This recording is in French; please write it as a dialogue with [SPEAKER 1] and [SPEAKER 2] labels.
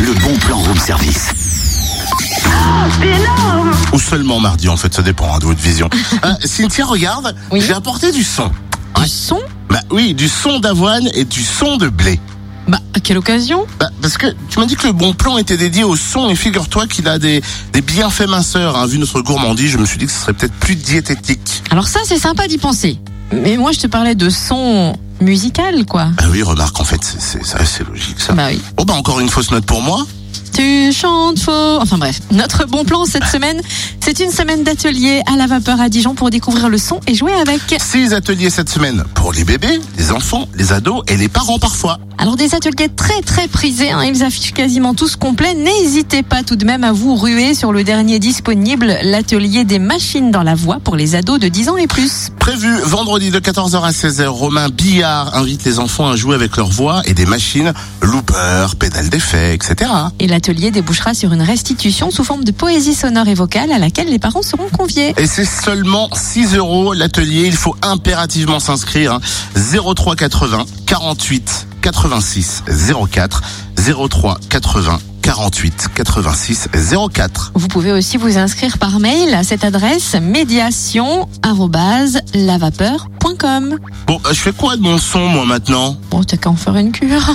[SPEAKER 1] le bon plan room service.
[SPEAKER 2] Ah,
[SPEAKER 1] Ou seulement mardi, en fait, ça dépend hein, de votre vision. Euh, Cynthia, regarde,
[SPEAKER 2] Oui.
[SPEAKER 1] j'ai apporté du son.
[SPEAKER 2] Du son
[SPEAKER 1] Bah oui, du son d'avoine et du son de blé.
[SPEAKER 2] Bah, à quelle occasion
[SPEAKER 1] Bah, parce que tu m'as dit que le bon plan était dédié au son et figure-toi qu'il a des, des bienfaits minceurs. hein. Vu notre gourmandise, je me suis dit que ce serait peut-être plus diététique.
[SPEAKER 2] Alors ça, c'est sympa d'y penser. Mais moi, je te parlais de son musical, quoi.
[SPEAKER 1] Ah oui, remarque, en fait, c'est- c'est ça, c'est logique ça.
[SPEAKER 2] Bah oui.
[SPEAKER 1] Bon bah encore une fausse note pour moi.
[SPEAKER 2] Tu chantes faux. Enfin bref, notre bon plan cette semaine, c'est une semaine d'atelier à la vapeur à Dijon pour découvrir le son et jouer avec.
[SPEAKER 1] Six ateliers cette semaine pour les bébés, les enfants, les ados et les parents parfois.
[SPEAKER 2] Alors des ateliers très très prisés, hein, ils affichent quasiment tous complets. N'hésitez pas tout de même à vous ruer sur le dernier disponible, l'atelier des machines dans la voie pour les ados de 10 ans et plus.
[SPEAKER 1] Prévu vendredi de 14h à 16h, Romain Billard invite les enfants à jouer avec leur voix et des machines, looper, pédale d'effet, etc.
[SPEAKER 2] Et l'atelier débouchera sur une restitution sous forme de poésie sonore et vocale à laquelle les parents seront conviés.
[SPEAKER 1] Et c'est seulement 6 euros l'atelier. Il faut impérativement s'inscrire. hein. 03 80 48 86 04 03 80 48 86 04.
[SPEAKER 2] Vous pouvez aussi vous inscrire par mail à cette adresse médiation@lavapeur.com.
[SPEAKER 1] Bon, euh, je fais quoi de mon son moi maintenant
[SPEAKER 2] Bon, t'as qu'à en faire une cure.